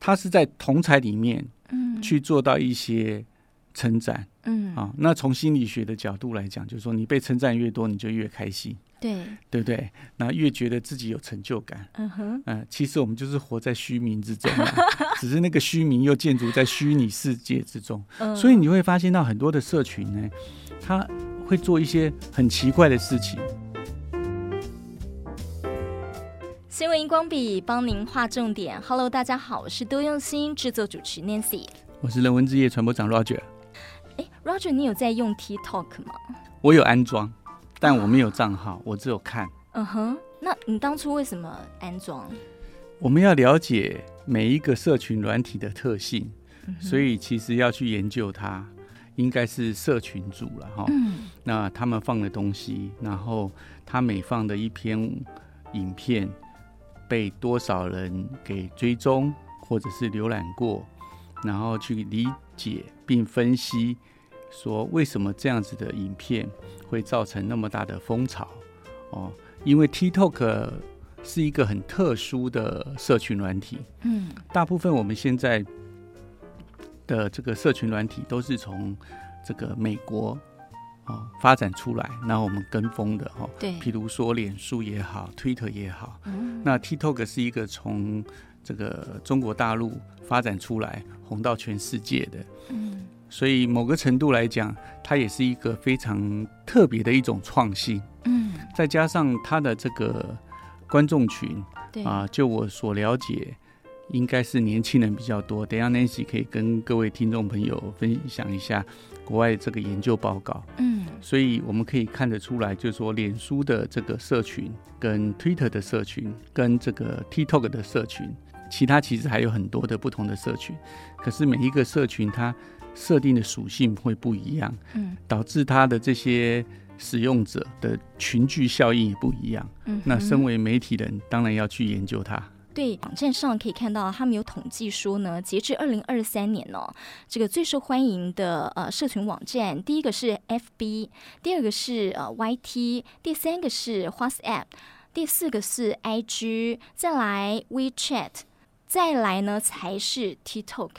它是在同才里面嗯去做到一些称赞嗯啊。那从心理学的角度来讲，就是说你被称赞越多，你就越开心，对，对不对？那越觉得自己有成就感。嗯哼，嗯、其实我们就是活在虚名之中 啊、只是那个虚名又建筑在虚拟世界之中。嗯所以你会发现到很多的社群呢，他会做一些很奇怪的事情。新闻荧光笔帮您画重点。Hello，大家好，我是多用心制作主持 Nancy。我是人文之夜传播长 Roger，哎，Roger，你有在用 TikTok 吗？我有安装，但我没有账号，我只有看。嗯哼，那你当初为什么安装？我们要了解每一个社群软体的特性，所以其实要去研究它，应该是社群主了哈。嗯那他们放的东西，然后他每放的一篇影片被多少人给追踪或者是浏览过，然后去理解并分析，说为什么这样子的影片会造成那么大的风潮哦？因为 TikTok 是一个很特殊的社群软体，嗯大部分我们现在的这个社群软体都是从这个美国哦发展出来，然后我们跟风的哦，对，譬如说脸书也好，Twitter 也好，嗯那 TikTok 是一个从这个中国大陆发展出来，红到全世界的，嗯所以某个程度来讲，它也是一个非常特别的一种创新，嗯，再加上它的这个观众群对啊，就我所了解，应该是年轻人比较多。等一下 Nancy 可以跟各位听众朋友分享一下国外这个研究报告。嗯所以我们可以看得出来，就是说脸书的这个社群、跟 Twitter 的社群、跟这个 TikTok 的社群，其他其实还有很多的不同的社群，可是每一个社群它设定的属性会不一样，嗯导致它的这些使用者的群聚效应也不一样。嗯，那身为为媒体人，当然要去研究它。对网站上可以看到，他们有统计说呢，截至二零二三年哦，这个最受欢迎的呃社群网站，第一个是 FB，第二个是呃 YT，第三个是 WhatsApp，第四个是 IG，再来 WeChat，再来呢才是 TikTok。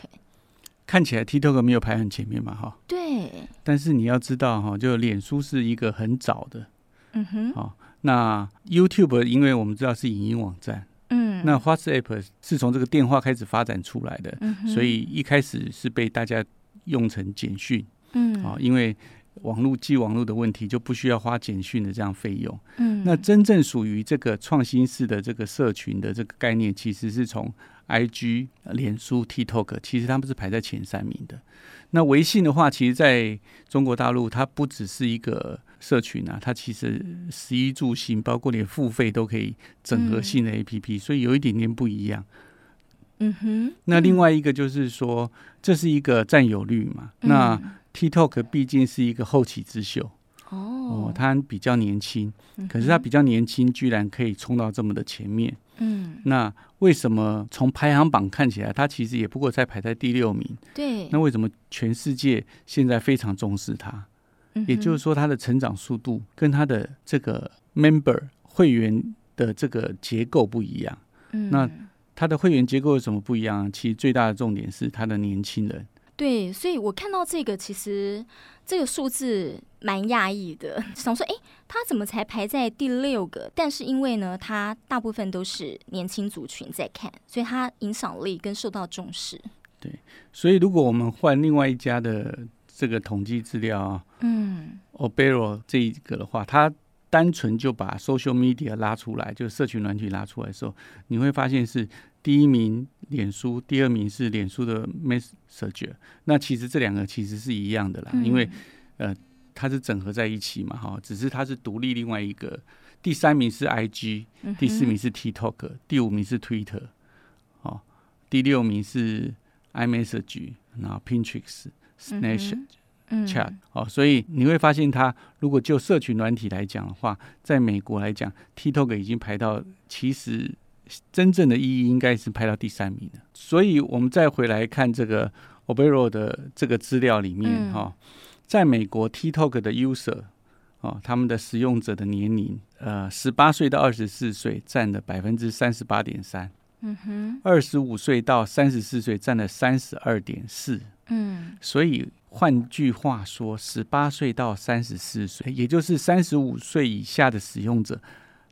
看起来 TikTok 没有排很前面嘛，哈，对，但是你要知道哈，就脸书是一个很早的，嗯哼，好、那 YouTube 因为我们知道是影音网站，嗯，那 WhatsApp 是从这个电话开始发展出来的，嗯哼所以一开始是被大家用成简讯嗯啊、因为网络记网络的问题就不需要花简讯的这样费用。嗯那真正属于这个创新式的这个社群的这个概念，其实是从 I G、脸书、TikTok，其实他们是排在前三名的。那微信的话，其实在中国大陆，它不只是一个社群啊，它其实十一住行，包括连付费都可以整合性的 A P P，、所以有一点点不一样。嗯哼，那另外外一个就是说，这是一个占有率嘛。嗯那 TikTok 毕竟是一个后起之秀哦哦，，它比较年轻，嗯可是它哼比较年轻，居然可以冲到这么的前面。嗯那为什么从排行榜看起来，它其实也不过才排在第六名？对，那为什么全世界现在非常重视它？也就是是说，它的成长速度跟它的这个 member 会员的这个结构不一样。嗯那它的会员结构有什么不一样啊？其实最大的重点是它的年轻人。对，所以我看到这个，其实这个数字蛮讶异的， 想说，诶，他怎么才排在第六个？但是因为呢，他大部分都是年轻族群在看，所以他影响力跟受到重视。所以，如果我们换另外一家的这个统计资料啊，嗯 Obero 这一个的话，它单纯就把 social media 拉出来，就是社群软体拉出来的时候，你会发现是第一名脸书，第二名是脸书的 Messenger。那其实这两个其实是一样的啦，啊嗯因为它是整合在一起嘛，哈，只是它是独立另外一个。第三名是 IG，第嗯四名是 TikTok，、第五名是 Twitter，哦，第六名是 iMessage，然后 Pinterest、Snapchat，、嗯 Chat 哦，所以你会发现它如果就社群软体来讲的话，在美国来讲，TikTok 已经排到其实真正的意义应该是排到第三名了。所以我们再回来看这个 Obero 的这个资料里面嗯哈、在美国 TikTok 的 user 哦，他们的使用者的年龄呃十八岁到二十四岁占了百分之三十八点三，嗯嗯哼，二十五岁到三十四岁占了三十二点四，嗯所以换句话说，十八岁到三十四岁，也就是三十五岁以下的使用者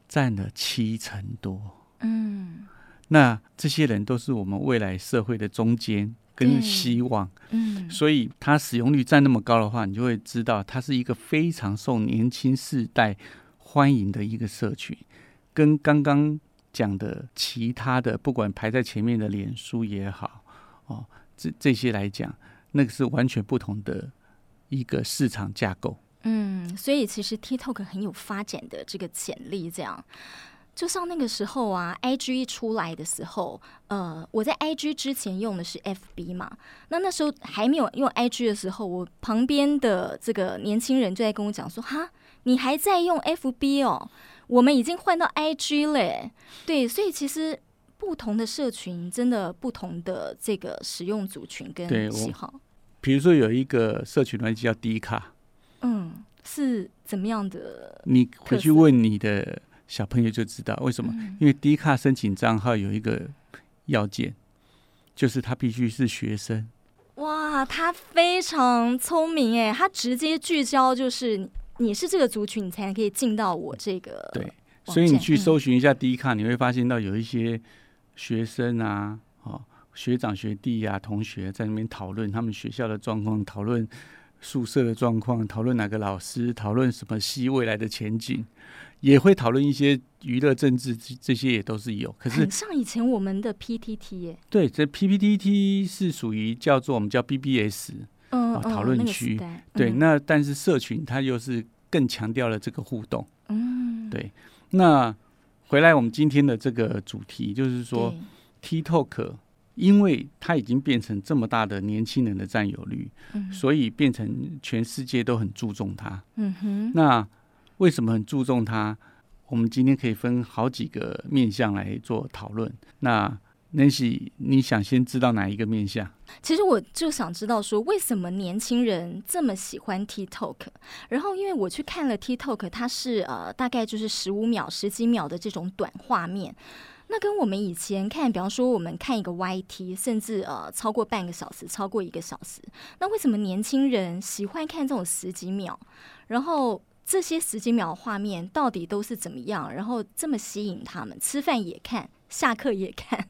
占了七成多。嗯那这些人都是我们未来社会的中间对跟希望，嗯，所以它使用率占那么高的话，你就会知道它是一个非常受年轻世代欢迎的一个社群，跟刚刚讲的其他的，不管排在前面的脸书也好，哦，这这些来讲，那个是完全不同的一个市场架构。嗯，所以其实 TikTok 很有发展的这个潜力。这样，就像那个时候啊，IG 一出来的时候，呃，我在 IG 之前用的是 FB 嘛，那那时候还没有用 IG 的时候，我旁边的这个年轻人就在跟我讲说：“哈，你还在用 FB 哦？我们已经换到 IG 嘞。”对，所以其实。不同的社群真的不同的这个使用族群对跟我喜好，比如说有一个社群软件叫 D 卡，嗯，是怎么样的？你回去特色问你的小朋友就知道为什么。嗯因为 D 卡申请账号有一个要件，就是他必须是学生。哇，他非常聪明哎，他直接聚焦就是你你是这个族群，你才可以进到我这个哎对网所以你站去搜寻一下 D 卡，你会发现到有一些学生啊，哦，学长学弟啊，同学在那边讨论他们学校的状况，讨论宿舍的状况，讨论哪个老师，讨论什么系未来的前景，也会讨论一些娱乐政治，这这些也都是有。可是很像以前我们的 PTT 耶，对这 PPTT 是属于叫做我们叫 BBS，嗯哦嗯，讨论那个区时代对，嗯那但是社群它又是更强调了这个互动。嗯对那回来我们今天的这个主题，就是说对 TikTok，因为它已经变成这么大的年轻人的占有率，嗯所以变成全世界都很注重它。嗯哼那为什么很注重它？我们今天可以分好几个面向来做讨论。那 Nancy，你想先知道哪一个面向？其实我就想知道说，为什么年轻人这么喜欢 TikTok？然后因为我去看了 TikTok，它是呃大概就是十五秒、十几秒的这种短画面。那跟我们以前看，比方说我们看一个 YT，甚至呃超过半个小时、超过一个小时，那为什么年轻人喜欢看这种十几秒？然后这些十几秒画面到底都是怎么样？然后这么吸引他们，吃饭也看，下课也看。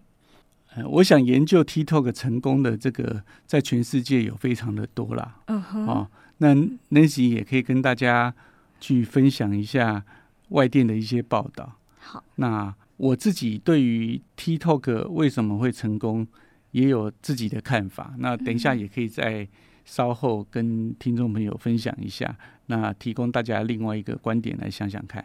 呃我想研究 TikTok 成功的这个，在全世界有非常的多啦。嗯哼，哦，那 Nancy 也可以跟大家去分享一下外电的一些报道。好，那我自己对于 TikTok 为什么会成功，也有自己的看法。那等一下嗯也可以在稍后跟听众朋友分享一下，那提供大家另外一个观点来想想看。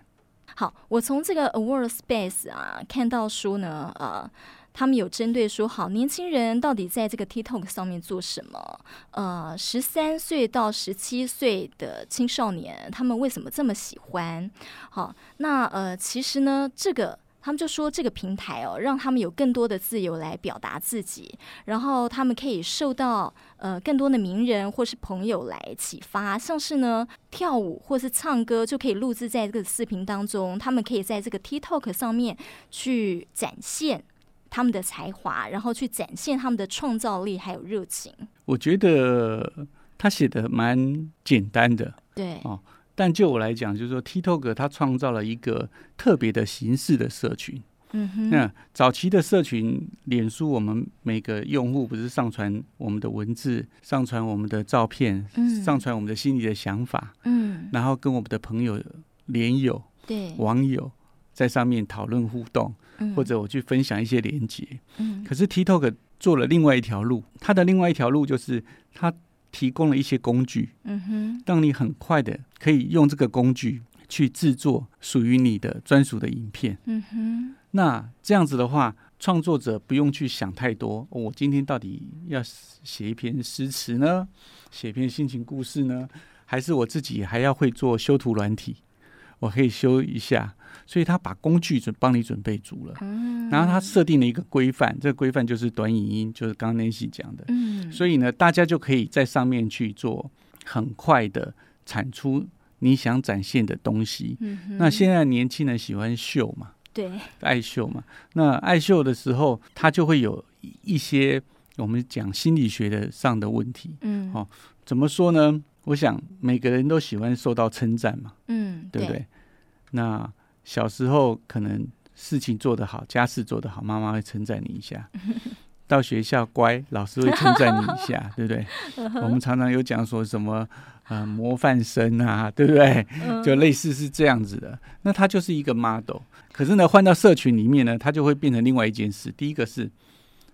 好，我从这个 Award Space 啊看到说呢，呃，他们有针对说，好年轻人到底在这个 TikTok 上面做什么？呃，十三岁到十七岁的青少年，他们为什么这么喜欢？好，那呃，其实呢，这个。他们就说这个平台哦，让他们有更多的自由来表达自己，然后他们可以受到呃更多的名人或是朋友来启发，像是呢跳舞或是唱歌就可以录制在这个视频当中，他们可以在这个 TikTok 上面去展现他们的才华，然后去展现他们的创造力还有热情。我觉得他写的蛮简单的，对，哦但就我来讲，就是说 TikTok 它创造了一个特别的形式的社群。嗯哼，那早期的社群，脸书我们每个用户不是上传我们的文字，上传我们的照片，嗯上传我们的心里的想法，嗯，然后跟我们的朋友、连友、对，网友在上面讨论互动，嗯或者我去分享一些连接。嗯可是 TikTok 做了另外一条路，它的另外一条路就是它提供了一些工具，嗯哼，让你很快的可以用这个工具去制作属于你的专属的影片。嗯哼，那这样子的话，创作者不用去想太多，哦我今天到底要写一篇诗词呢，写一篇心情故事呢，还是我自己还要会做修图软体，我可以修一下。所以他把工具准帮你准备足了，嗯，然后他设定了一个规范，这个规范就是短影音，就是刚刚 Nancy 讲的。嗯，所以以呢，大家就可以在上面去做很快的产出你想展现的东西。嗯哼，那现在年轻人喜欢秀嘛，对，爱秀嘛。那爱秀的时候，他就会有一些我们讲心理学的上的问题。嗯，好怎么说呢？我想每个人都喜欢受到称赞嘛，嗯，对不对？那小时候可能事情做得好，家事做得好，妈妈会称赞你一下；到学校乖，老师会称赞你一下，对不对？嗯我们常常有讲说什么呃模范生啊，对不对？嗯就类似是这样子的。那它就是一个 model。可是呢，换到社群里面呢，它就会变成另外一件事。第一个是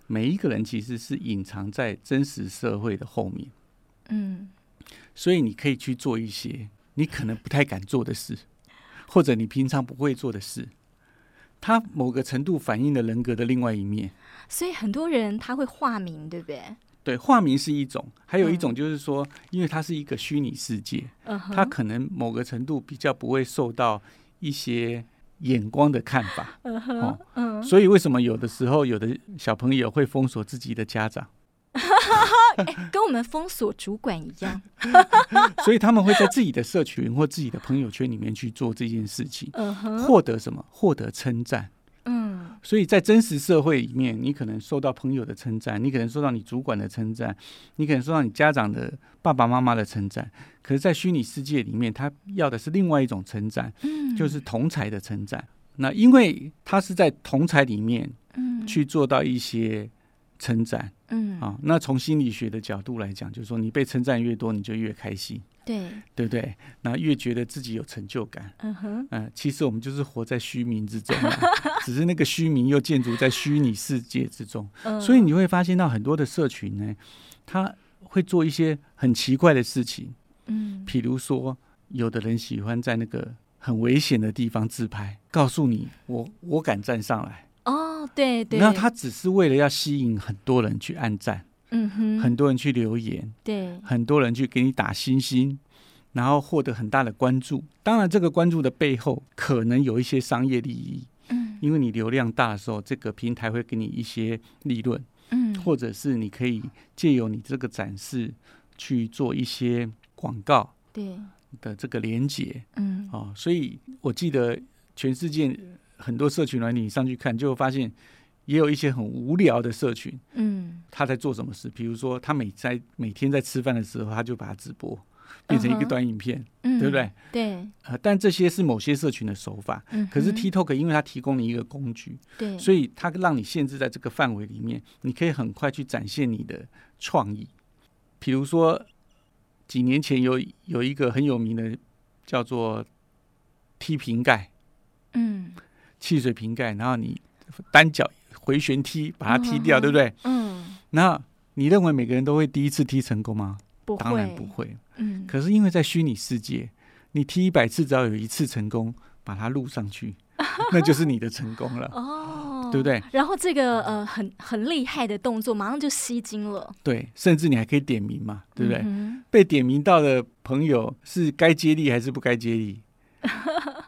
每一个人其实是隐藏在真实社会的后面，嗯所以你可以去做一些你可能不太敢做的事，或者你平常不会做的事。它某个程度反映了人格的另外一面。所以很多人他会化名，对不对？对，化名是一种，还有一种就是说，因为它是一个虚拟世界，嗯哼，它可能某个程度比较不会受到一些眼光的看法。嗯哦哼，嗯，所以为什么有的时候有的小朋友会封锁自己的家 长？跟我们封锁主管一样，所以他们会在自己的社群或自己的朋友圈里面去做这件事情，嗯哼，获得什么？获得称赞。嗯所以在真实社会里面，你可能受到朋友的称赞，你可能受到你主管的称赞，你可能受到你家长的爸爸妈妈的称赞。可是，在虚拟世界里面，他要的是另外一种称赞，嗯，就是同才的称赞。那因为他是在同才里面嗯去做到一些称赞，嗯啊，那从心理学的角度来讲，就是说你被称赞越多，你就越开心，对，对不对？那越觉得自己有成就感。嗯哼，嗯、其实我们就是活在虚名之中啊， 只是那个虚名又建筑在虚拟世界之中，嗯所以你会发现到很多的社群呢，他会做一些很奇怪的事情，嗯譬如说，有的人喜欢在那个很危险的地方自拍，告诉你我我敢站上来，哦，对对，那他只是为了要吸引很多人去按赞，嗯哼，很多人去留言。对，很多人去给你打星星，然后获得很大的关注。当然，这个关注的背后可能有一些商业利益，嗯因为你流量大的时候，这个平台会给你一些利润，嗯，或者是你可以借由你这个展示去做一些广告对，的这个连接嗯哦。所以我记得全世界很多社群软体你上去看，就会发现也有一些很无聊的社群。嗯，他在做什么事。比如说，他每在每天在吃饭的时候，他就把它直播，变成一个嗯哼短影片，对对不对？？对，呃，但这些是某些社群的手法。嗯可是哼 TikTok 因为它提供你一个工具，对，所以它让你限制在这个范围里面，你可以很快去展现你的创意。比如说，几年前有有一个很有名的叫做踢瓶盖，嗯汽水瓶盖，然后你单脚回旋踢把它踢掉，嗯哼对不对？嗯，那你认为每个人都会第一次踢成功吗？不当然会不，会。嗯，可是因为在虚拟世界，你踢一百次，只要有一次成功，把它录上 去，那就是你的成功了，哦，对不？对？然后这个呃很很厉害的动作，马上就吸睛了，对，甚至你还可以点名嘛，对不对？嗯被点名到的朋友是该接力还是不该接 力？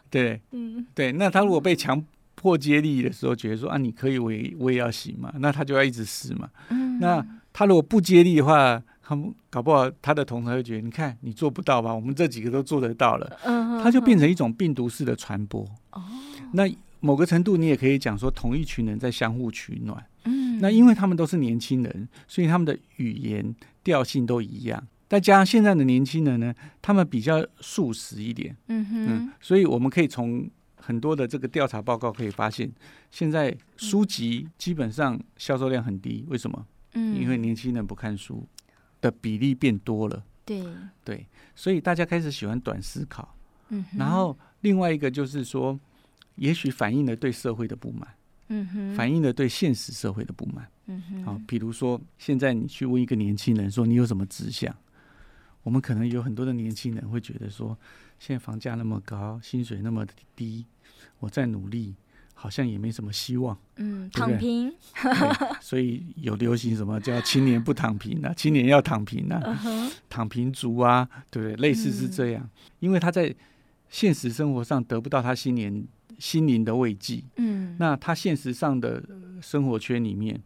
对哼嗯，对，那他如果被强迫接力的时候，觉得说啊，你可以，我也我也要行嘛，那他就要一直试嘛。嗯那他如果不接力的话，他们搞不好他的同才会觉得，你看你做不到吧？我们这几个都做得到了，嗯，它就变成一种病毒式的传播。哦，那某个程度，你也可以讲说，同一群人在相互取暖。嗯，那因为他们都是年轻人，所以他们的语言调性都一样。再加上现在的年轻人呢，他们比较素食一点，嗯嗯哼，，所以我们可以从很多的这个调查报告可以发现，现在书籍基本上销售量很低，为什么？嗯，因为年轻人不看书的比例变多了，对，对，所以大家开始喜欢短思考。嗯哼，然后另外一个就是说，也许反映了对社会的不满，嗯哼，反映了对现实社会的不满。嗯哼，好，比如说现在你去问一个年轻人说你有什么志向，我们可能有很多的年轻人会觉得说，现在房价那么高，薪水那么低，我在努力。好像也没什么希望，嗯，对不躺对平，对所以有流行什么叫“青年不躺平”啊，青年要躺平啊，嗯哼，躺平族啊，对不对？类似嗯是这样，因为他在现实生活上得不到他心灵心灵的慰藉，嗯，那他现实上的呃生活圈里面，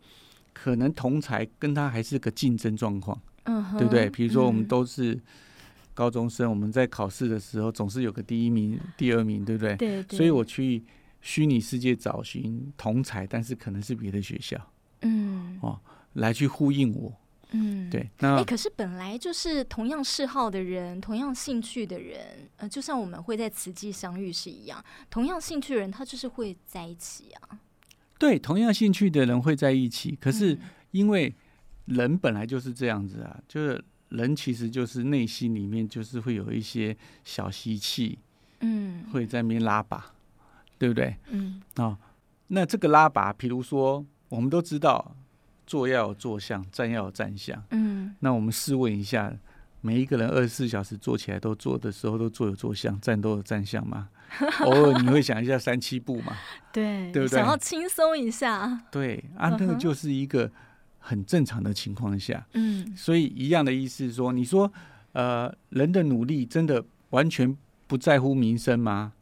可能同才跟他还是个竞争状况，嗯哼，对不对？比如说我们嗯都是高中生，我们在考试的时候总是有个第一名、第二名，对不对？对，对所以我去虚拟世界找寻同才，但是可能是别的学校嗯来去呼应我。嗯，。对，哎、那可是本来就是同样嗜好的人，同样兴趣的人，呃，就像我们会在慈济相遇是一样，同样兴趣的人，他就是会在一起啊。对同样兴趣的人会在一起，可可是因为人本来就是这样子啊，就是人其实就是内心里面就是会有一些小习气，嗯会在那边拉拔，对不对？嗯啊、那这个拉拔，比如说我们都知道坐要有坐相，站要有站相。嗯那我们试问一下，每一个人二十四小时坐起来都坐的时候都坐有坐相，站都有站相 吗？偶尔你会想一下三七步嘛？对对不想对要轻松一下，对啊，那嗯个哼就是一个很正常的情况下。嗯所以一样的意思是说，你说呃，人的努力真的完全不在乎民生吗？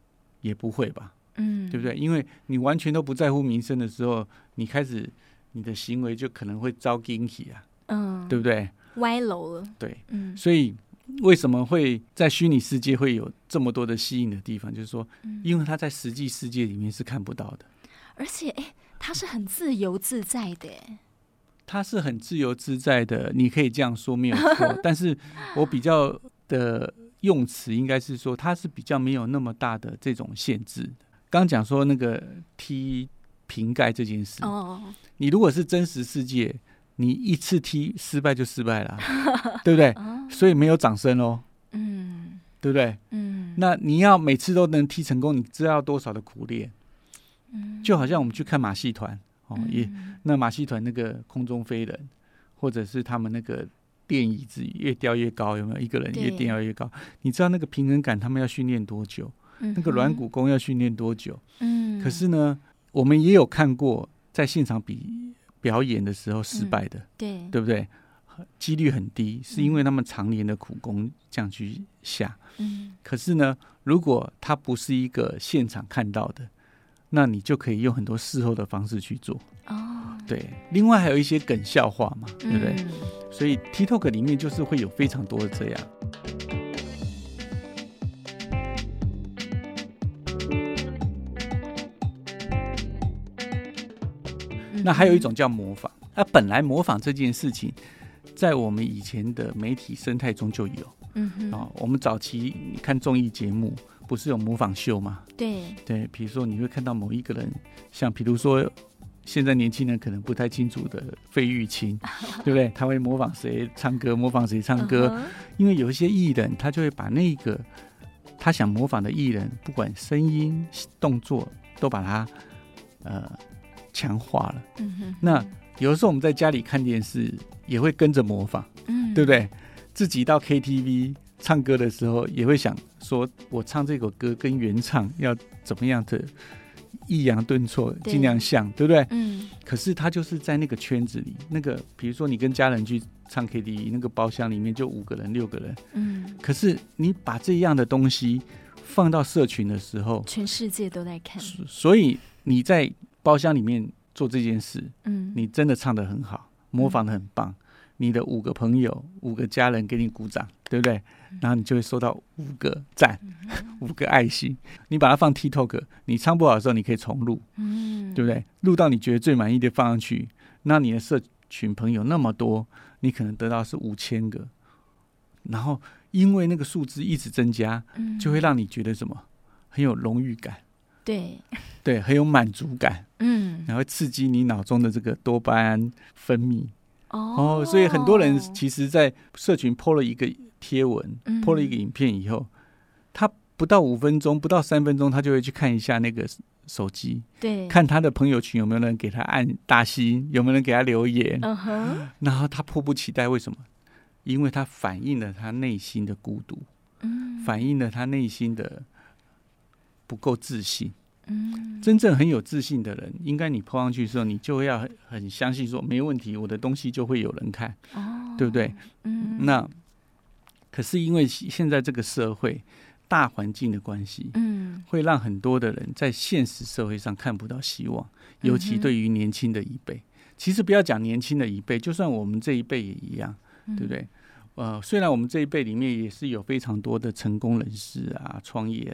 也不会吧，嗯，对不对？？因为你完全都不在乎民生的时候，你开始你的行为就可能会遭惊喜啊，嗯，对不对？歪楼了，对，嗯所以为什么会在虚拟世界会有这么多的吸引的地方？就是说，嗯，因为它在实际世界里面是看不到的，而且哎、他是很自由自在的哎，它是很自由自在的，你可以这样说没有错。但是我比较的用词应该是说，它是比较没有那么大的这种限制。刚讲说那个踢瓶盖这件事，哦，你如果是真实世界，你一次踢失败就失败了啊， 对不对？啊，所以没有掌声哦，嗯对不对？嗯，那你要每次都能踢成功，你知道多少的苦练？嗯就好像我们去看马戏团哦，也嗯那马戏团那个空中飞人，或者是他们那个电椅子越吊越高，有没有一个人对越吊越高？你知道那个平衡感他们要训练多久？那个软，骨功要训练多久？嗯嗯哼，可是呢，我们也有看过在现场比表演的时候失败的，对对不对？几率很低，是因为他们常年的苦功这样去下。嗯可是呢，如果它不是一个现场看到的，那你就可以用很多事后的方式去做。哦，对，另外还有一些梗笑话嘛，对不对？嗯？所以 TikTok 里面就是会有非常多的这样。嗯嗯那还有一种叫模仿，那本来模仿这件事情，在我们以前的媒体生态中就有哼，嗯哼，啊、我们早期你看综艺节目，不是有模仿秀吗？对，对，比如说你会看到某一个人，像比如说现在年轻人可能不太清楚的费玉清， 对不对？他会模仿谁唱歌，模仿谁唱歌，嗯哼，因为有一些艺人，他就会把那个他想模仿的艺人，不管声音、动作，都把它呃强化了。嗯哼，那有的时候我们在家里看电视，也会跟着模仿，嗯，对不对？自己到 KTV 唱歌的时候，也会想说，我唱这首歌跟原唱要怎么样的抑扬顿挫，对尽量像，对不对？嗯可是他就是在那个圈子里，那个比如说你跟家人去唱 KTV，那个包厢里面就五个人、六个人，嗯，可是你把这样的东西放到社群的时候，全世界都在看，所所以你在包厢里面做这件事，嗯，你真的唱得很好，模仿得很棒，你的五个朋友、五个家人给你鼓掌，对不对？然后你就会收到五个赞、五个爱心。你把它放 TikTok，你唱不好的时候你可以重录，嗯，对不对？录到你觉得最满意的放上去，那你的社群朋友那么多，你可能得到是五千个，然后因为那个数字一直增加，嗯就会让你觉得什么很有荣誉感，对，对，很有满足感，嗯，然后刺激你脑中的这个多巴胺分泌。哦哦，所以很多人其实，在社群 PO 了一个贴文嗯，PO 了一个影片以后，他不到五分钟，不到三分钟，他就会去看一下那个手机，对，，看他的朋友群有没有人给他按大心，有没有人给他留言，嗯哼，然后他迫不及待，为什么？因为他反映了他内心的孤独，嗯，反映了他内心的不够自信。嗯，真正很有自信的人，应该你 PO 上去的时候，你就要很很相信说，没问题，我的东西就会有人看，哦，对不对？？嗯，那可是因为现现在这个社会大环境的关系，嗯，会让很多的人在现实社会上看不到希望，嗯尤其对于年轻的一辈。其实不要讲年轻的一辈，就算我们这一辈也一样，嗯对不？对？呃，虽然我们这一辈里面也是有非常多的成功人士啊、创业啊，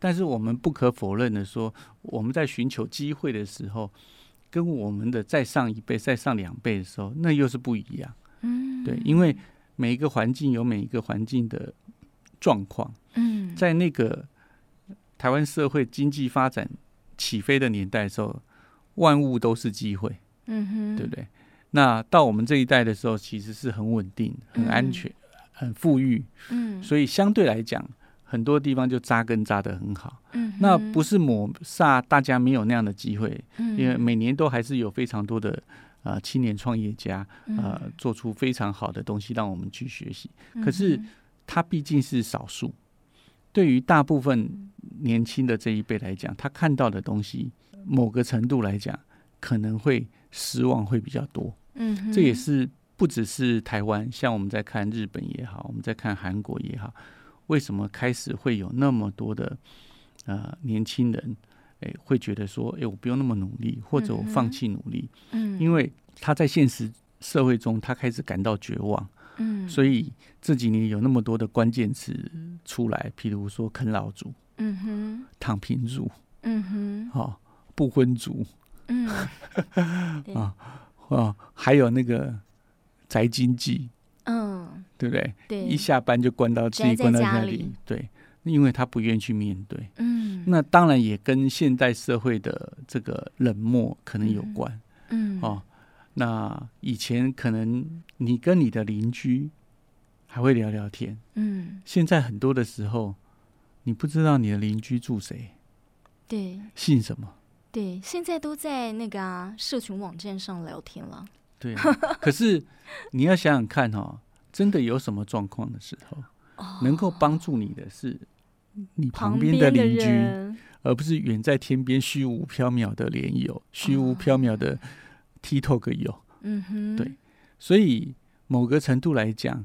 但是我们不可否认的说，我们在寻求机会的时候，跟我们的再上一辈、再上两辈的时候，那又是不一样。嗯，对，因为每一个环境有每一个环境的状况，嗯，在那个台湾社会经济发展起飞的年代的时候，万物都是机会，嗯哼，对不对？那到我们这一代的时候，其实是很稳定、很安全、很富裕，嗯，所以相对来讲，很多地方就扎根扎得很好。嗯哼，那不是抹煞大家没有那样的机会，嗯，因为每年都还是有非常多的呃青年创业家呃嗯做出非常好的东西让我们去学习。可是它毕竟是少数，对于大部分年轻的这一辈来讲，他看到的东西，某个程度来讲，可能会失望会比较多。嗯哼，这也是不只是台湾，像我们在看日本也好，我们在看韩国也好，为什么开始会有那么多的呃年轻人，哎，会觉得说，哎，我不用那么努力，或者我放弃努力，嗯，因为他在现实社会中，他开始感到绝望，嗯，所以这几年有那么多的关键词出来，譬如说啃老族、嗯哼，躺平族、嗯哼，哈、不婚族嗯， 对啊啊，还有那个宅经济，嗯，对不对？对，一下班就关到自己宅在关到家家里里，对，因为他不愿意去面对。嗯，那当然也跟现代社会的这个冷漠可能有关、嗯，哦。那以前可能你跟你的邻居还会聊聊天，嗯，现在很多的时候，你不知道你的邻居住谁，对姓什么。对，现在都在那个啊社群网站上聊天了，对 啊，可是你要想想看哦，真的有什么状况的时候，哦能够帮助你的是你旁边的邻居。人，而不是远在天边虚无缥缈的联友、虚无啊缥缈的 TikTok 友。嗯哼，对，哦所以某个程度来讲，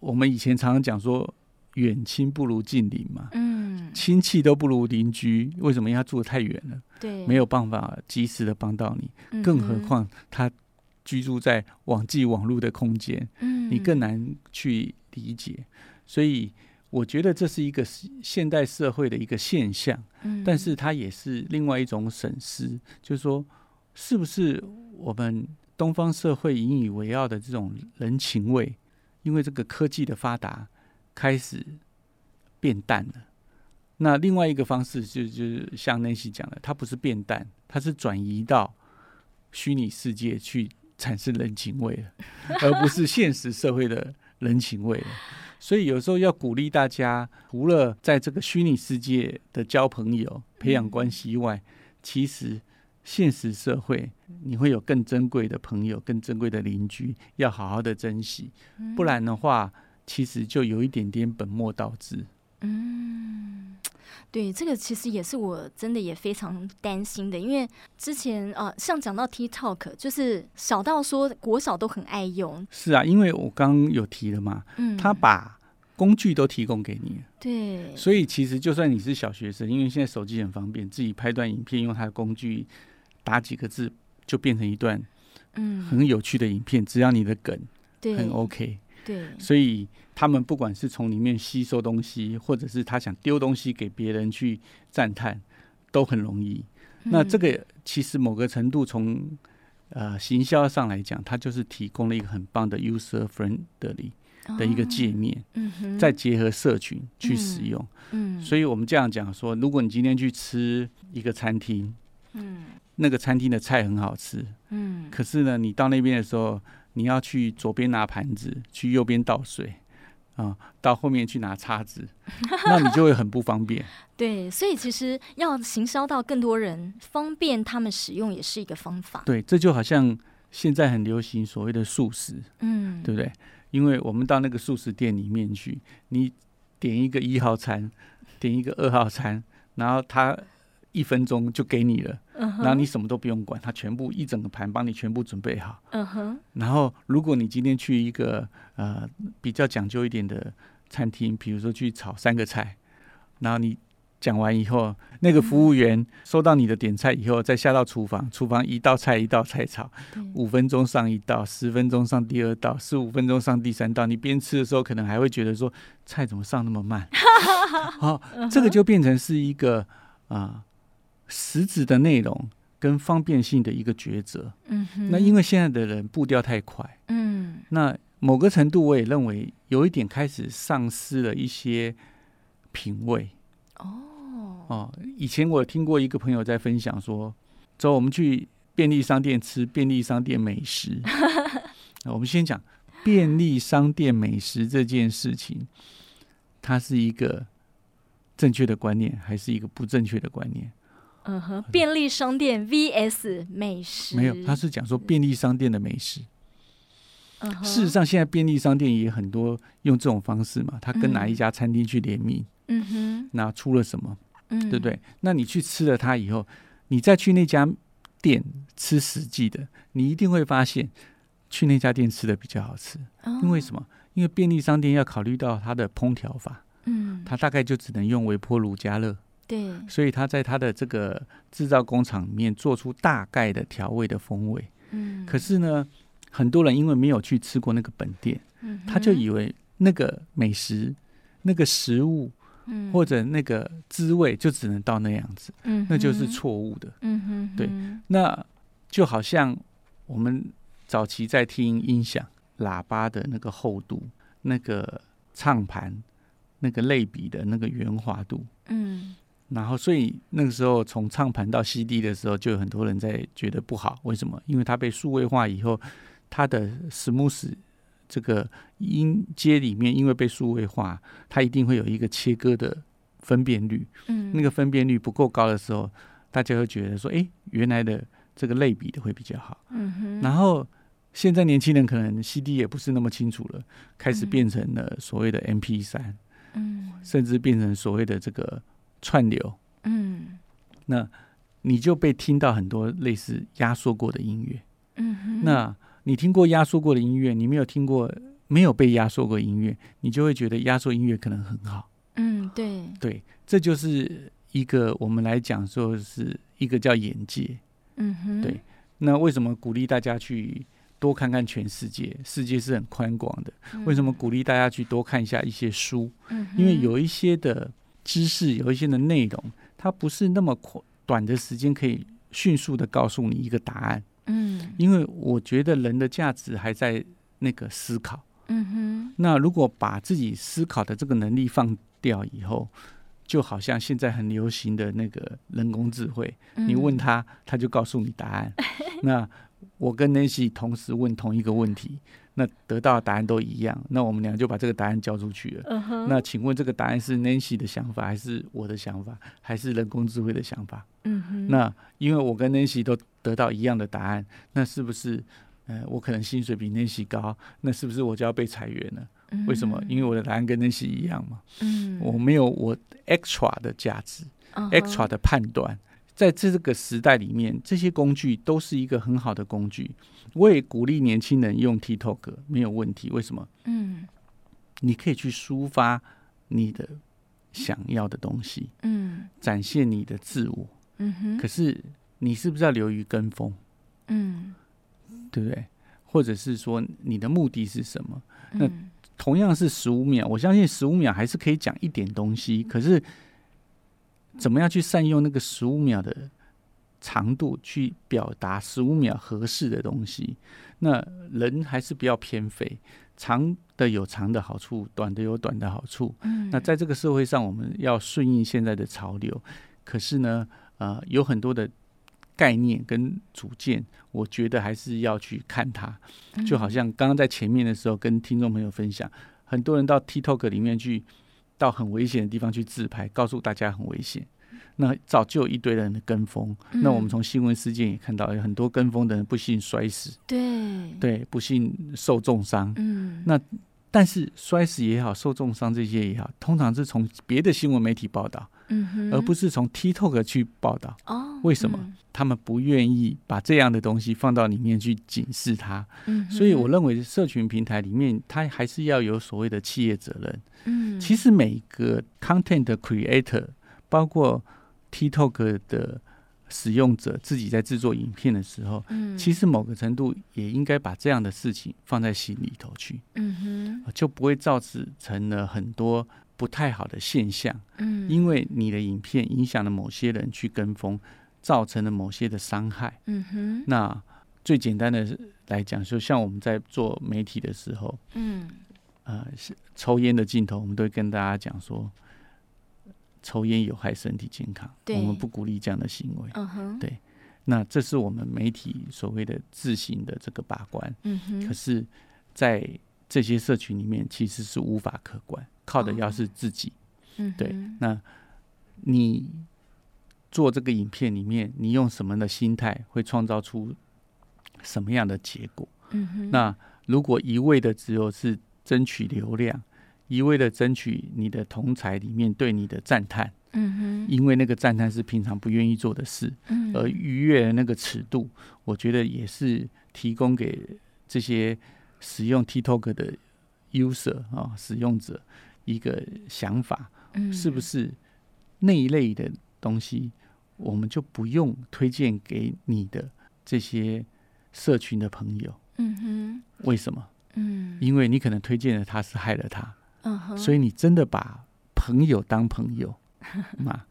我们以前常常讲说远亲不如近邻嘛，嗯，亲戚都不如邻居。为什么？因为他住得太远了，对，没有办法及时的帮到你，嗯更哼何况他居住在网际网络的空间。嗯，你更难去理解。所以我觉得这是一个是现代社会的一个现象，嗯，但是它也是另外一种审视，就是说，是不是我们东方社会引以为傲的这种人情味，因为这个科技的发达开始变淡了。那另外一个方式就就是像 Nancy 讲的，它不是变淡，它是转移到虚拟世界去产生人情味了，而不是现实社会的人情味了。所以有时候要鼓励大家，除了在这个虚拟世界的交朋友、培养关系以外，其实现实社会你会有更珍贵的朋友、更珍贵的邻居，要好好的珍惜。不然的话，其实就有一点点本末倒置。嗯，对，这个其实也是我真的也非常担心的，因为之前啊、呃像讲到 TikTok，就是小到说国小都很爱用，是啊，因为我刚刚有提了嘛，嗯，他把工具都提供给你了，对，所以其实就算你是小学生，因为现在手机很方便，自己拍段影片，用它的工具打几个字，就变成一段嗯，很有趣的影片，只要你的梗对，很 OK，对，所以他们不管是从里面吸收东西，或者是他想丢东西给别人去赞叹，都很容易。嗯那这个其实某个程度从呃行销上来讲，它就是提供了一个很棒的 user friendly 嗯的一个哦界面，嗯哼，再结合社群去使用。嗯，所以我们这样讲说，如果你今天去吃一个餐厅，嗯那个餐厅的菜很好吃，嗯可是呢，你到那边的时候，你要去左边拿盘子，去右边倒水，啊、到后面去拿叉 子，那你就会很不方便。对，所以其实要行销到更多人，方便他们使用也是一个方法。对，这就好像现在很流行所谓的素食，嗯，对不对？因为我们到那个素食店里面去，你点一个一号餐，点一个二号餐，然后他一分钟就给你了，嗯然后哼，你什么都不用管，他全部一整个盘帮你全部准备好。嗯哼，然后，如果你今天去一个呃比较讲究一点的餐厅，比如说去炒三个菜，然后你讲完以后，那个服务员收到你的点菜以后，再下到厨房，厨房一道菜一道菜炒，对五分钟上一道，十分钟上第二道，十五分钟上第三道。你边吃的时候，可能还会觉得说菜怎么上那么慢？好、这个就变成是一个啊、实质的内容跟方便性的一个抉择。嗯哼，那因为现在的人步调太快，嗯那某个程度我也认为有一点开始丧失了一些品味。哦哦，以前我听过一个朋友在分享说，走，我们去便利商店吃便利商店美 食。呃我们先讲便利商店美食这件事情，它是一个正确的观念，还是一个不正确的观念？嗯哼，便利商店 VS 美食没有，他是讲说便利商店的美食。嗯哼事实上，现在便利商店也很多用这种方式嘛，他跟哪一嗯家餐厅去联名，嗯哼那出了什么？嗯对不对？那你去吃了它以后，你再去那家店吃实际的，你一定会发现去那家店吃的比较好吃。哦因为什么？因为便利商店要考虑到它的烹调法，嗯它大概就只能用微波炉加热，对所以它在它的这个制造工厂里面做出大概的调味的风味。嗯可是呢，很多人因为没有去吃过那个本店，嗯他就哼以为那个美食、那个食物嗯或者那个滋味就只能到那样子。嗯那就是哼错误的。嗯哼对哼那就好像我们早期在听音响喇叭的那个厚度、那个唱盘、那个类比的那个圆滑度，嗯然后所以那个时候从唱盘到 CD 的时候，就有很多人在觉得不好。为什么？因为它被数位化以后，它的 smooth 这个音阶里面，因为被数位化，它一定会有一个切割的分辨率。嗯那个分辨率不够高的时候，大家会觉得说，诶，原来的这个类比的会比较好。嗯哼然后现在年轻人可能 CD 也不是那么清楚了，开始嗯变成了所谓的 MP 三，嗯甚至变成所谓的这个串流，嗯你就被听到很多类似压缩过的音乐。嗯哼那你听过压缩过的音乐，你没有听过没有被压缩过的音乐，你就会觉得压缩音乐可能很好。嗯对对，这就是一个我们来讲说是一个叫眼界，嗯哼对那为什么鼓励大家去多看看全世界？世界是很宽广的。为什么鼓励大家去多看一下一些书？嗯因为哼有一些的知识，有一些的内容，它不是那么快短的时间可以迅速的告诉你一个答案。嗯因为我觉得人的价值还在那个思考。嗯哼那如果把自己思考的这个能力放掉以后，就好像现在很流行的那个人工智慧，你问嗯他，他就告诉你答 案。那我跟 Nancy 同时问同一个问题，那得到的答案都一样，那我们俩就把这个答案交出去了。嗯哼那请问这个答案是 Nancy 的想法，还是我的想法，还是人工智慧的想法？嗯哼那因为我跟 Nancy 都得到一样的答案，那是不是？呃，我可能薪水比 Nancy 高，那是不是我就要被裁员了？为什么？因为我的答案跟 Nancy 一样嘛，嗯我没有我 extra 的价值。嗯 extra 哼的判断。在这个时代里面，这些工具都是一个很好的工具。我也鼓励年轻人用 TikTok，没有问题。为什么？嗯你可以去抒发你的想要的东西，嗯展现你的自我。嗯哼可是，你是不是要流于跟风，嗯对不对？或者是说，你的目的是什么？那嗯同样是十五秒，我相信十五秒还是可以讲一点东西，可是怎么样去善用那个十五秒的长度去表达十五秒合适的东西？那人还是不要偏废，长的有长的好处，短的有短的好处。嗯那在这个社会上，我们要顺应现在的潮流，可是呢，呃，有很多的概念跟主见，我觉得还是要去看它。就好嗯像刚刚在前面的时候跟听众朋友分享，很多人到 TikTok 里面去，到很危险的地方去自拍，告诉大家很危险。那早就有一堆人跟风，那我们嗯从新闻事件也看到，有很多跟风的人不幸摔嗯死，对对，不幸受重伤。嗯那但是摔死也好，受重伤这些也好，通常是从别的新闻媒体报道，嗯哼而不是从 TikTok 去报道。哦为什么嗯他们不愿意把这样的东西放到里面去警示它，嗯所以我哼认为社群平台里面，它还是要有所谓的企业责任。嗯其实每个 content creator，包括 TikTok 的使用者自己在制作影片的时候，嗯，其实某个程度也应该把这样的事情放在心里头去，嗯哼，就不会造成了很多不太好的现象。嗯，因为你的影片影响了某些人去跟风，造成了某些的伤害。嗯哼，那最简单的来讲，就像我们在做媒体的时候，嗯呃，是抽烟的镜头，我们都会跟大家讲说，抽烟有害身体健康，对我们不鼓励这样的行为。嗯哼，对那这是我们媒体所谓的自行的这个把关，嗯可哼，是，在这些社群里面其实是无法可管，靠的哦要是自己。嗯对哼那你做这个影片里面，你用什么样的心态会创造出什么样的结果？嗯哼，那如果一味的只有是争取流量，一味的争取你的同才里面对你的赞叹，嗯哼，因为那个赞叹是平常不愿意做的事，嗯而逾越了那个尺度，我觉得也是提供给这些使用 TikTok 的 user 啊使用者一个想法，嗯是不是那一类的东西，我们就不用推荐给你的这些社群的朋友？嗯哼，为什么？嗯因为你可能推荐了他是害了他，嗯哼，所以你真的把朋友当朋 友嘛？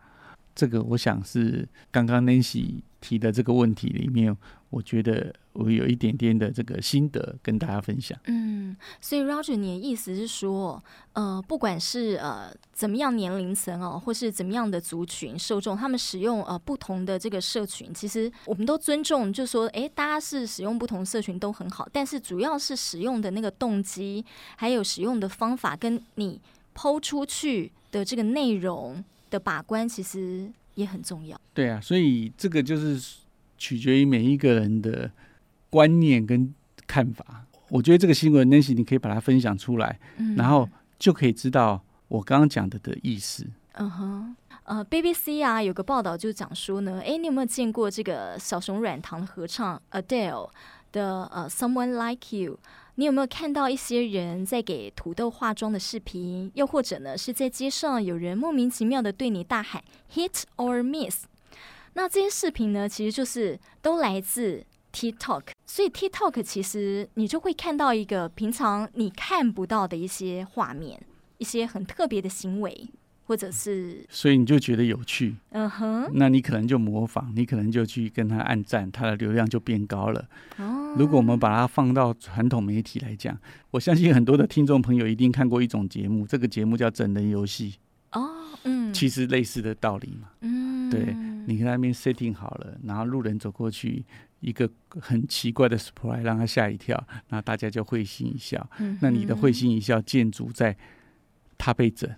这个我想是刚刚 Nancy 提的这个问题里面，我觉得我有一点点的这个心得跟大家分享。嗯，所以 Roger，你的意思是说，呃，不管是呃怎么样年龄层哦，或是怎么样的族群受众，他们使用呃不同的这个社群，其实我们都尊重，就说，诶，大家是使用不同社群都很好，但是主要是使用的那个动机，还有使用的方法，跟你抛出去的这个内容的把关，其实也很重要。对啊，所以这个就是取决于每一个人的观念跟看法。我觉得这个新闻 Nancy 你可以把它分享出来，嗯然后就可以知道我刚刚讲的的意思。嗯哼，呃，BBC 啊有个报道就讲说呢，诶，你有没有见过这个小熊软糖的合唱 Adele 的呃《Someone Like You》？你有没有看到一些人在给土豆化妆的视频？又或者呢，是在街上有人莫名其妙的对你大喊 “hit or miss”？那这些视频呢，其实就是都来自 TikTok，所以 TikTok 其实你就会看到一个平常你看不到的一些画面，一些很特别的行为，或者是所以你就觉得有趣，嗯哼，那你可能就模仿，你可能就去跟他按赞，他的流量就变高了。哦，如果我们把它放到传统媒体来讲，我相信很多的听众朋友一定看过一种节目，这个节目叫《整人游戏哦，嗯，》，其实类似的道理嘛。嗯，对你看那边 setting 好了，然后路人走过去，一个很奇怪的 surprise 让他吓一跳，然后大家就会心一笑。嗯哼，那你的会心一笑建筑在他被整，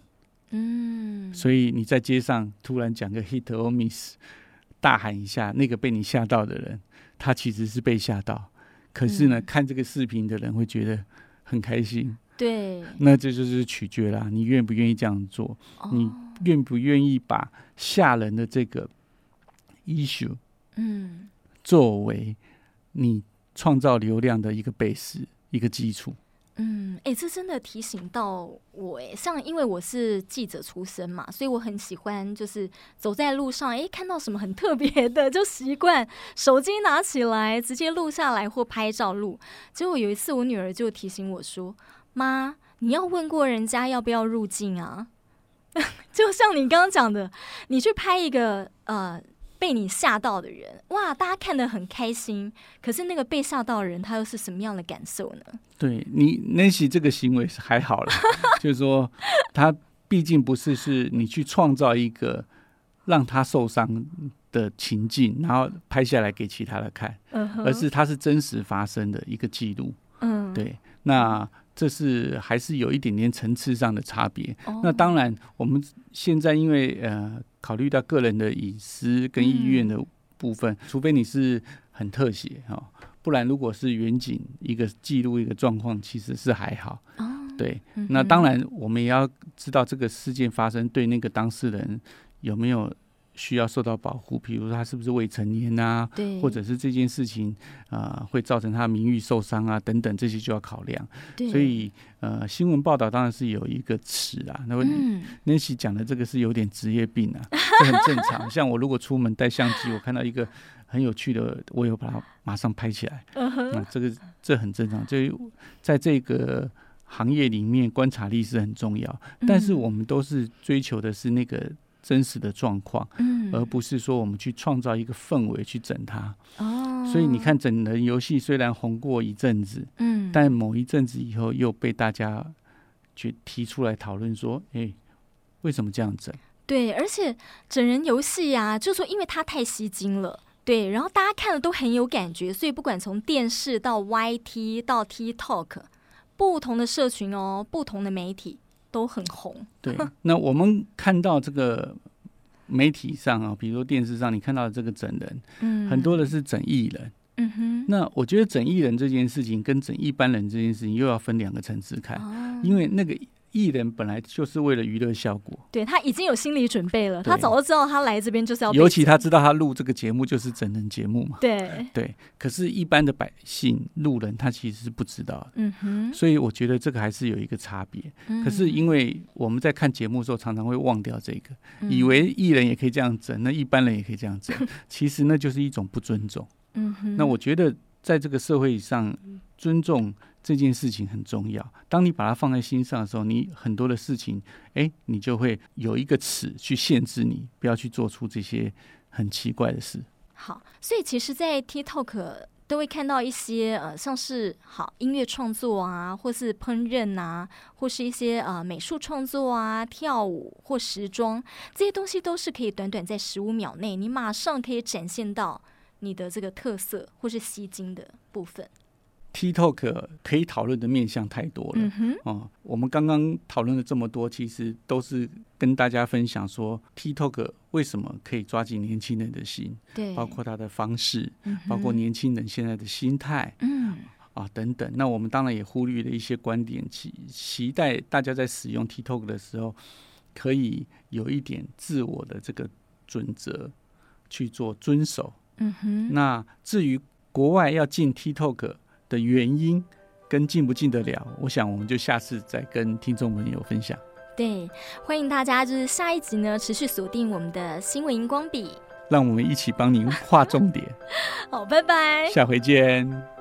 嗯，所以你在街上突然讲个 hit or miss，大喊一下，那个被你吓到的人，他其实是被吓到，可是呢，嗯看这个视频的人会觉得很开心，对，那这就是取决啦，你愿不愿意这样做，你哦愿不愿意把吓人的这个 issue 嗯。作为你创造流量的一个 base 一个基础。嗯，哎、这真的提醒到我哎、像因为我是记者出身嘛，所以我很喜欢就是走在路上，哎、看到什么很特别的，就习惯手机拿起来直接录下来或拍照录。结果有一次我女儿就提醒我说：“妈，你要问过人家要不要入境啊？” 就像你刚刚讲的，你去拍一个呃被你吓到的人，哇，大家看得很开心，可是那个被吓到的人他又是什么样的感受呢？对你 Nancy 这个行为是还 好了，就是说他毕竟不是是你去创造一个让他受伤的情境，然后拍下来给其他人看，嗯哼而是它是真实发生的一个记录。嗯，对，那这是还是有一点点层次上的差别。哦，那当然，我们现在因为呃考虑到个人的隐私跟意愿嗯的部分，除非你是很特写哈、哦，不然如果是远景一个记录一个状况，其实是还好。哦，对，嗯那哼当，然我们也要知道这个事件发生对那个当事人有没有需要受到保护，比如他是不是未成年啊，对，或者是这件事情啊、呃会造成他名誉受伤啊等等，这些就要考量。对所以呃，新闻报道当然是有一个尺啦。那么嗯， Nancy 讲的这个是有点职业病啊，这很正 常。像我如果出门带相机，我看到一个很有趣的，我有把它马上拍起来。嗯哼那这个这很正常，就在这个行业里面，观察力是很重要。嗯但是我们都是追求的是那个真实的状况，嗯，而不是说我们去创造一个氛围去整它。哦，所以你，看，整人游戏虽然红过一阵子，嗯，但某一阵子以后又被大家去提出来讨论说，哎，为什么这样啊整？对，而且整人游戏呀、就说因为它太吸睛了。对，然后大家看了都很有感觉，所以不管从电视到 YT 到 TikTok，不同的社群哦，不同的媒体都很红。对，那我们看到这个媒体上啊，比如说电视上，你看到这个整人，嗯，很多的是整艺人。嗯哼，那我觉得整艺人这件事情跟整一般人这件事情又要分两个层次看，哦因为那个艺人本来就是为了娱乐效果，对他已经有心理准备了，他对早就知道他来这边就是要被尤其他整知道他录这个节目就是整人节目嘛。对，对，可是，一般的百姓路人他其实是不知道的，嗯哼，所以我觉得这个还是有一个差别。嗯可是，因为我们在看节目的时候，常常会忘掉这个，嗯以为艺人也可以这样整，那一般人也可以这样整，其实那就是一种不尊重。嗯哼，那我觉得在这个社会上，尊重这件事情很重要。当你把它放在心上的时候，你很多的事情，哎，你就会有一个尺去限制你，不要去做出这些很奇怪的事。好，所以其实，在 TikTok 都会看到一些呃，像是好音乐创作啊，或是烹饪啊，或是一些呃美术创作啊、跳舞或时装这些东西，都是可以短短在十五秒内，你马上可以展现到你的这个特色或是吸睛的部分。 TikTok 可以讨论的面向太多了。嗯哼，哦，我们刚刚讨论了这么多，其实都是跟大家分享说，TikTok 为什么可以抓紧年轻人的心，对，包括它的方式，嗯包括哼年轻人现在的心态，嗯啊等等。那我们当然也忽略了一些观点，期期待大家在使用 TikTok 的时候，可以有一点自我的这个准则去做遵守。嗯哼，那至于国外要进 TikTok 的原因跟进不进得了，我想我们就下次再跟听众朋友分享。对，欢迎大家就是下一集呢持续锁定我们的新闻荧光笔。让我们一起帮您划重点，好，拜拜。下回见。